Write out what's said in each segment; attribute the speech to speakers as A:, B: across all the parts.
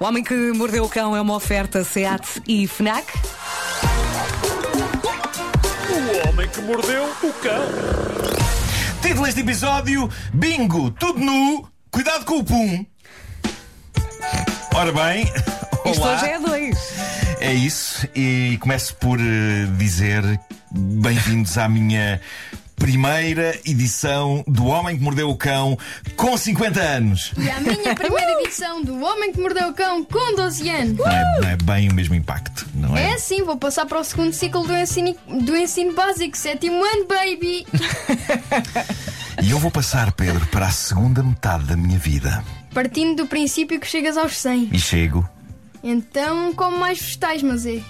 A: O Homem que Mordeu o Cão é uma oferta SEAT e FNAC.
B: O homem que mordeu o cão.
C: Título deste episódio: Bingo, tudo nu, cuidado com o pum. Ora bem,
A: Isto
C: olá.
A: hoje é dois.
C: É isso, e começo por eh, dizer bem-vindos à minha primeira edição do Homem que Mordeu o Cão com 50 anos.
D: E a minha primeira edição do Homem que Mordeu o Cão com 12 anos.
C: Não é, não é bem o mesmo impacto, não
D: É
C: é?
D: assim, vou passar para o segundo ciclo do ensino, do ensino básico, sétimo ano, baby.
C: E eu vou passar, Pedro, para a segunda metade da minha vida.
D: Partindo do princípio que chegas aos 100.
C: E chego
D: Então, como mais vegetais, mas é.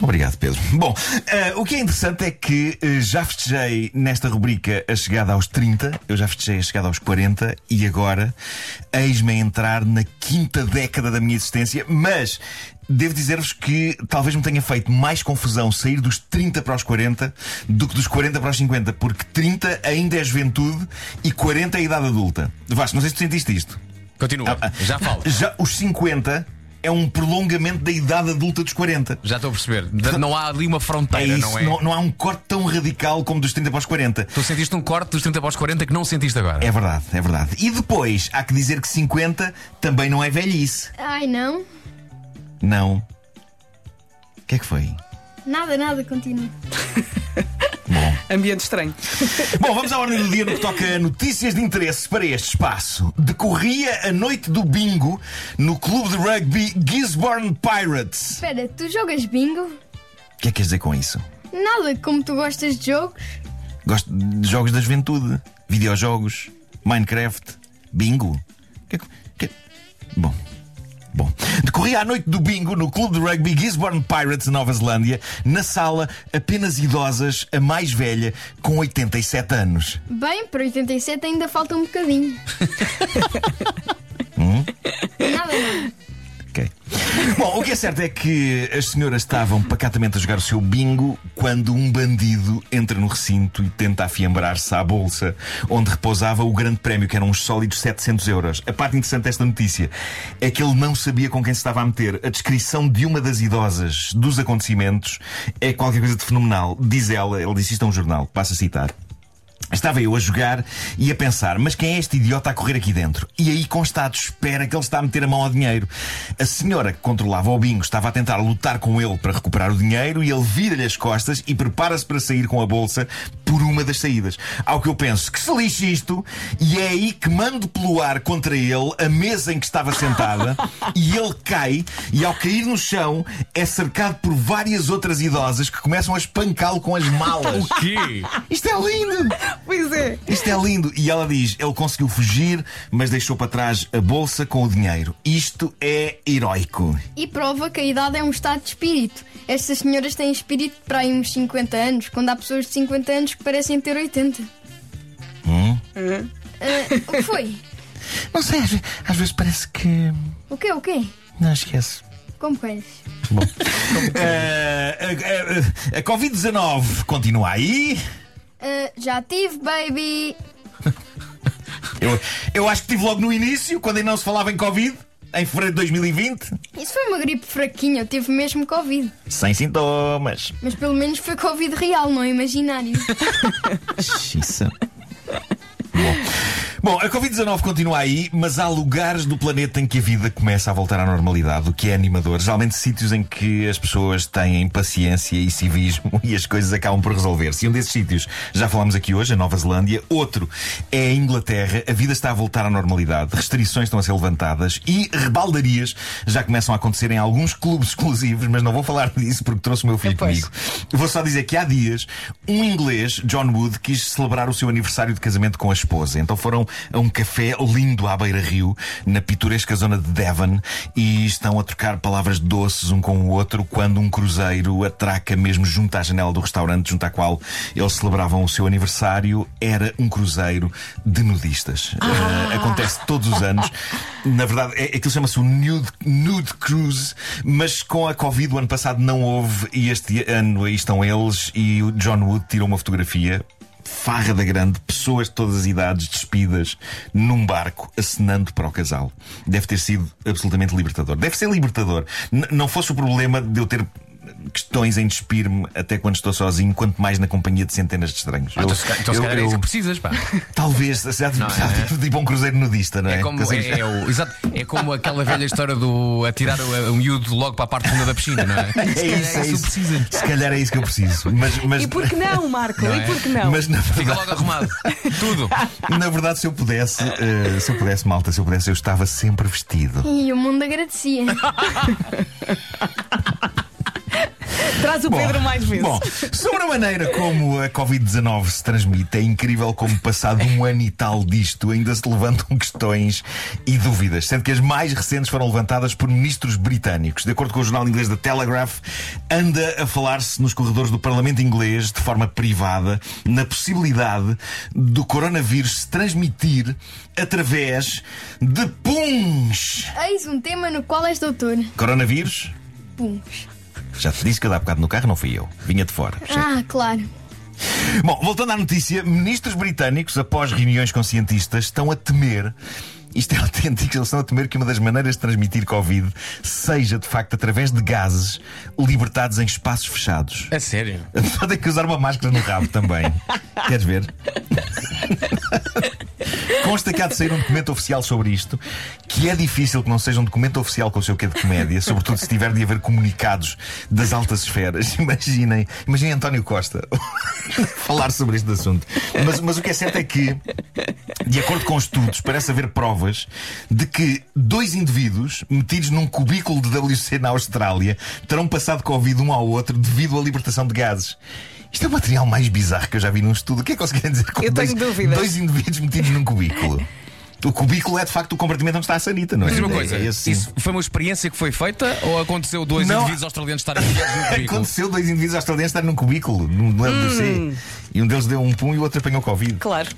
C: Obrigado, Pedro. Bom, eh, o que é interessante é que eh, já festejei nesta rubrica a chegada aos 30, eu já festejei a chegada aos 40 e agora eis-me a entrar na quinta década da minha existência, mas devo dizer-vos que talvez me tenha feito mais confusão sair dos 30 para os 40 do que dos 40 para os 50, porque 30 ainda é juventude e 40 é a idade adulta. Vasco, não sei se tu sentiste isto. Ah,
E: Continua, já falo.
C: Já os 50 é um prolongamento da idade adulta dos 40.
E: Já estou a perceber. D- Não há ali uma
C: É
E: fronteira,
C: isso,
E: não é?
C: Não, há um corte tão radical como dos 30 para os 40.
E: Tu sentiste um corte dos 30 para os 40 que não sentiste agora. Ah,
C: É verdade, é verdade. E depois, há que dizer que 50 também não é velhice.
D: Ai não,
C: Não. O que é que foi?
D: nada, nada, continua.
A: Ambiente estranho.
C: Bom, vamos à ordem do dia no que toca a notícias de interesse para este espaço. Decorria a noite do bingo no clube de rugby Gisborne Pirates.
D: Espera, tu jogas bingo?
C: O que é que queres dizer com isso?
D: Nada, como tu gostas de jogos?
C: Gosto de jogos da juventude, videojogos, Minecraft, bingo. Que- é que- Bom. Bom, decorria a noite do bingo no clube de rugby Gisborne Pirates, Nova Zelândia, na sala apenas idosas, a mais velha, com 87 anos.
D: Bem, para 87 ainda falta um bocadinho. Nada, nada.
C: Ok. Bom, o que é certo é que as senhoras estavam pacatamente a jogar o seu bingo quando um bandido entra no recinto e tenta afiambrar-se à bolsa onde repousava o grande prémio, que eram uns sólidos 700 euros. A parte interessante desta notícia é que ele não sabia com quem se estava a meter. A descrição de uma das idosas dos acontecimentos é qualquer coisa de fenomenal. Diz ela, ele disse isto a um jornal, passo a citar. Estava eu a jogar e a pensar, mas quem é este idiota a correr aqui dentro? E aí constato, espera que ele está a meter a mão ao dinheiro. A senhora que controlava o bingo estava a tentar lutar com ele para recuperar o dinheiro e ele vira-lhe as costas e prepara-se para sair com a bolsa por uma das saídas. Ao que eu penso, que se lixe isto, e é aí que mando pelo ar contra ele a mesa em que estava sentada e ele cai e ao cair no chão é cercado por várias outras idosas que começam a espancá-lo com as malas.
E: Que?
C: Isto é lindo!
A: Pois é.
C: Isto é lindo. E ela diz: ele conseguiu fugir, mas deixou para trás a bolsa com o dinheiro. Isto é heroico.
D: E prova que a idade é um estado de espírito. Estas senhoras têm espírito para aí uns 50 anos, quando há pessoas de 50 anos que parecem ter 80. Ah, o que foi?
C: Não sei, às vezes, às vezes parece que.
D: O quê? O quê?
C: Não esquece.
D: Como queres?
C: Eh, a a Covid-19 continua aí.
D: Ah, já tive, baby!
C: Eu, eu acho que tive logo no início, quando ainda não se falava em Covid, em fevereiro de 2020.
D: Isso foi uma gripe fraquinha, eu tive mesmo Covid.
C: Sem sintomas.
D: Mas pelo menos foi Covid real, não é imaginário.
C: Xiça. Bom, a Covid-19 continua aí, mas há lugares do planeta em que a vida começa a voltar à normalidade, o que é animador. Geralmente sítios em que as pessoas têm paciência e civismo e as coisas acabam por resolver-se. E um desses sítios, já falámos aqui hoje, a Nova Zelândia. Outro é a Inglaterra. A vida está a voltar à normalidade. Restrições estão a ser levantadas e rebaldarias já começam a acontecer em alguns clubes exclusivos, mas não vou falar disso porque trouxe o meu filho
A: Pois.
C: comigo. Vou só dizer que há dias um inglês, John Wood, quis celebrar o seu aniversário de casamento com a esposa. Então foram a um café lindo à beira-rio, na pitoresca zona de Devon, e estão a trocar palavras doces um com o outro quando um cruzeiro atraca mesmo junto à janela do restaurante junto à qual eles celebravam o seu aniversário. Era um cruzeiro de nudistas. Eh, acontece todos os anos. Na verdade, é, aquilo chama-se o nude, nude Cruise, mas com a Covid o ano passado não houve e este ano aí estão eles e o John Wood tirou uma fotografia. farra da grande, pessoas de todas as idades despidas num barco acenando para o casal. Deve ter sido absolutamente libertador. Deve ser libertador. N- não fosse o problema de eu ter questões em despir-me até quando estou sozinho, quanto mais na companhia de centenas de estranhos.
E: Ah,
C: Eu-
E: então, se ca- então, se
C: eu-
E: calhar é isso
C: eu-
E: que precisas, pá.
C: Talvez, se há de,
E: Não é?
C: de, bom cruzeiro nudista, não é?
E: É como,
C: Assim-
E: é, é o- exato, é como aquela velha história do atirar o, o miúdo logo para a parte funda da piscina, não é?
C: É isso, é isso.
E: Precisa.
C: Se calhar é isso que eu preciso. Mas, mas,
A: E por que não, Marco?
E: Não
A: e
E: é?
A: por que não?
C: mas na
E: Fica
C: verdade.
E: logo arrumado. Tudo.
C: Na verdade, se eu pudesse, eh, se eu pudesse, malta, se eu pudesse, eu estava sempre vestido.
D: E o mundo agradecia.
A: Traz o Pedro mais vezes.
C: Bom, sobre a maneira como a Covid-19 se transmite, é incrível como, passado um ano e tal disto, ainda se levantam questões e dúvidas, sendo que as mais recentes foram levantadas por ministros britânicos. De acordo com o jornal inglês The Telegraph, anda a falar-se nos corredores do Parlamento inglês, de forma privada, na possibilidade do coronavírus se transmitir através de puns.
D: Eis um tema no qual és doutor.
C: Coronavírus?
D: Puns.
C: Já te disse que eu dá bocado no carro, não fui eu. Vinha de fora.
D: Ah, claro.
C: Bom, voltando à notícia, ministros britânicos, após reuniões com cientistas, estão a temer. Isto é autêntico, eles estão a temer que uma das maneiras de transmitir Covid seja, de facto, através de gases libertados em espaços fechados.
E: É sério.
C: A pessoa tem que usar uma máscara no rabo também. Queres ver? Consta que há de sair um documento oficial sobre isto, que é difícil que não seja um documento oficial com o seu quê de comédia, sobretudo se tiver de haver comunicados das altas esferas. Imaginem, imaginem António Costa falar sobre este assunto. Mas, mas o que é certo é que, de acordo com estudos, parece haver provas de que dois indivíduos metidos num cubículo de WC na Austrália terão passado Covid um ao outro devido à libertação de gases. Isto é o material mais bizarro que eu já vi num estudo. O que é que eles querem dizer com
A: Eu tenho
C: dois,
A: dúvidas.
C: dois indivíduos metidos num cubículo? O cubículo é de facto o compartimento onde está a sanita, não é?
E: Diz uma
C: É-
E: coisa,
C: é esse, sim.
E: isso foi uma experiência que foi feita ou aconteceu dois
C: Não.
E: indivíduos australianos estarem ligados no currículo?
C: Aconteceu dois indivíduos australianos estarem num cubículo, num num
A: Hum.
C: WC, e um deles deu um pum e o outro apanhou Covid.
A: Claro.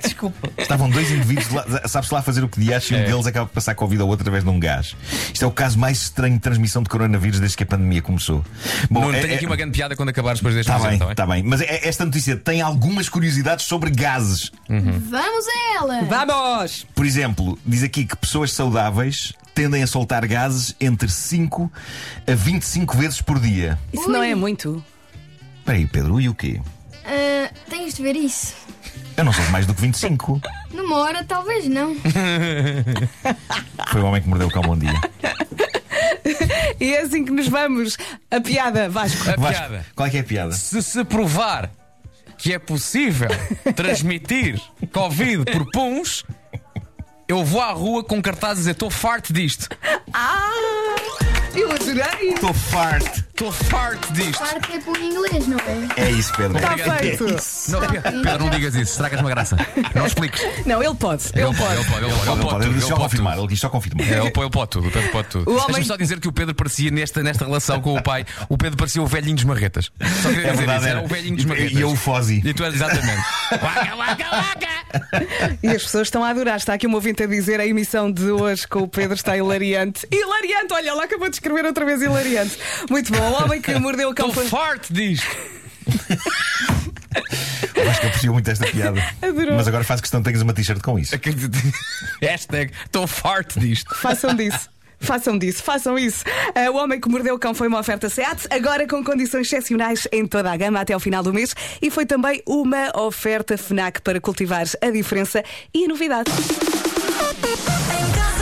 A: Desculpa.
C: Estavam dois indivíduos lá, sabe-se lá fazer o que diacho e um
E: É.
C: deles acaba de passar Covid ao outro através de um gás. Isto é o caso mais estranho de transmissão de coronavírus desde que a pandemia começou. Bom,
E: Nuno,
C: é-
E: tenho
C: é-
E: aqui uma grande piada quando acabares depois deste
C: Está
E: presente,
C: bem,
E: tá
C: está bem. Mas é- esta notícia tem algumas curiosidades sobre gases.
D: Vamos a ela!
A: Vamos!
C: Por exemplo, diz aqui que pessoas saudáveis tendem a soltar gases entre 5 a 25 vezes por dia.
A: Isso não é muito.
C: Espera aí, Pedro, e o quê?
D: Ah, tens de ver isso.
C: Eu não sou mais do que 25.
D: Numa hora, talvez não.
C: Foi o homem que mordeu o cão bom dia.
A: E é assim que nos vamos. A piada, Vasco.
E: A
C: Vasco,
E: piada.
C: Qual é que é a piada?
E: Se se provar que é possível transmitir Covid por puns, eu vou à rua com cartazes a dizer estou farto disto.
A: Ah! Eu adorei!
C: Estou farto.
E: Estou farto disto.
D: Parte é por inglês, não é?
C: É isso, Pedro.
A: Está
E: Obrigado.
A: Tá feito!
C: É
E: Não, Pedro, não digas isso, estragas uma graça. Não expliques.
A: Não, ele pode. Ele pode.
E: Ele pode, ele pode,
C: Ele
E: ele pode
C: pode, ele disse
E: tudo, ele
C: só
E: pode tudo.
C: confirmar, ele quis só confirmar.
E: É, ele pode- ele pode tudo, o Pedro pode tudo.
A: homem-
E: Deixa-me só dizer que o Pedro parecia, nesta, nesta relação com o pai, o Pedro parecia o velhinho dos marretas. Só queria
C: É
E: dizer
C: verdade,
E: isso, era
C: era.
E: o velhinho dos
C: E-
E: marretas.
C: e eu o Fozzie.
E: E tu eras exatamente. Waka, waka, waka!
A: E as pessoas estão a adorar. Está aqui um ouvinte a dizer a emissão de hoje com o Pedro está hilariante. Hilariante! Olha, lá acabou de escrever outra vez hilariante. Muito bom. O homem que mordeu o cão
C: Então
E: Estou
A: foi. um
E: forte disto.
C: Acho que aprecio muito esta piada.
A: Adorou.
C: Mas agora faço questão que tenhas uma t-shirt com isso.
E: Hashtag estou forte disto.
A: Façam disso. Façam disso, façam isso. Ah, o Homem que Mordeu o Cão foi uma oferta SEAT, agora com condições excepcionais em toda a gama até ao final do mês. E foi também uma oferta FNAC para cultivares a diferença e a novidade.
F: Em casa,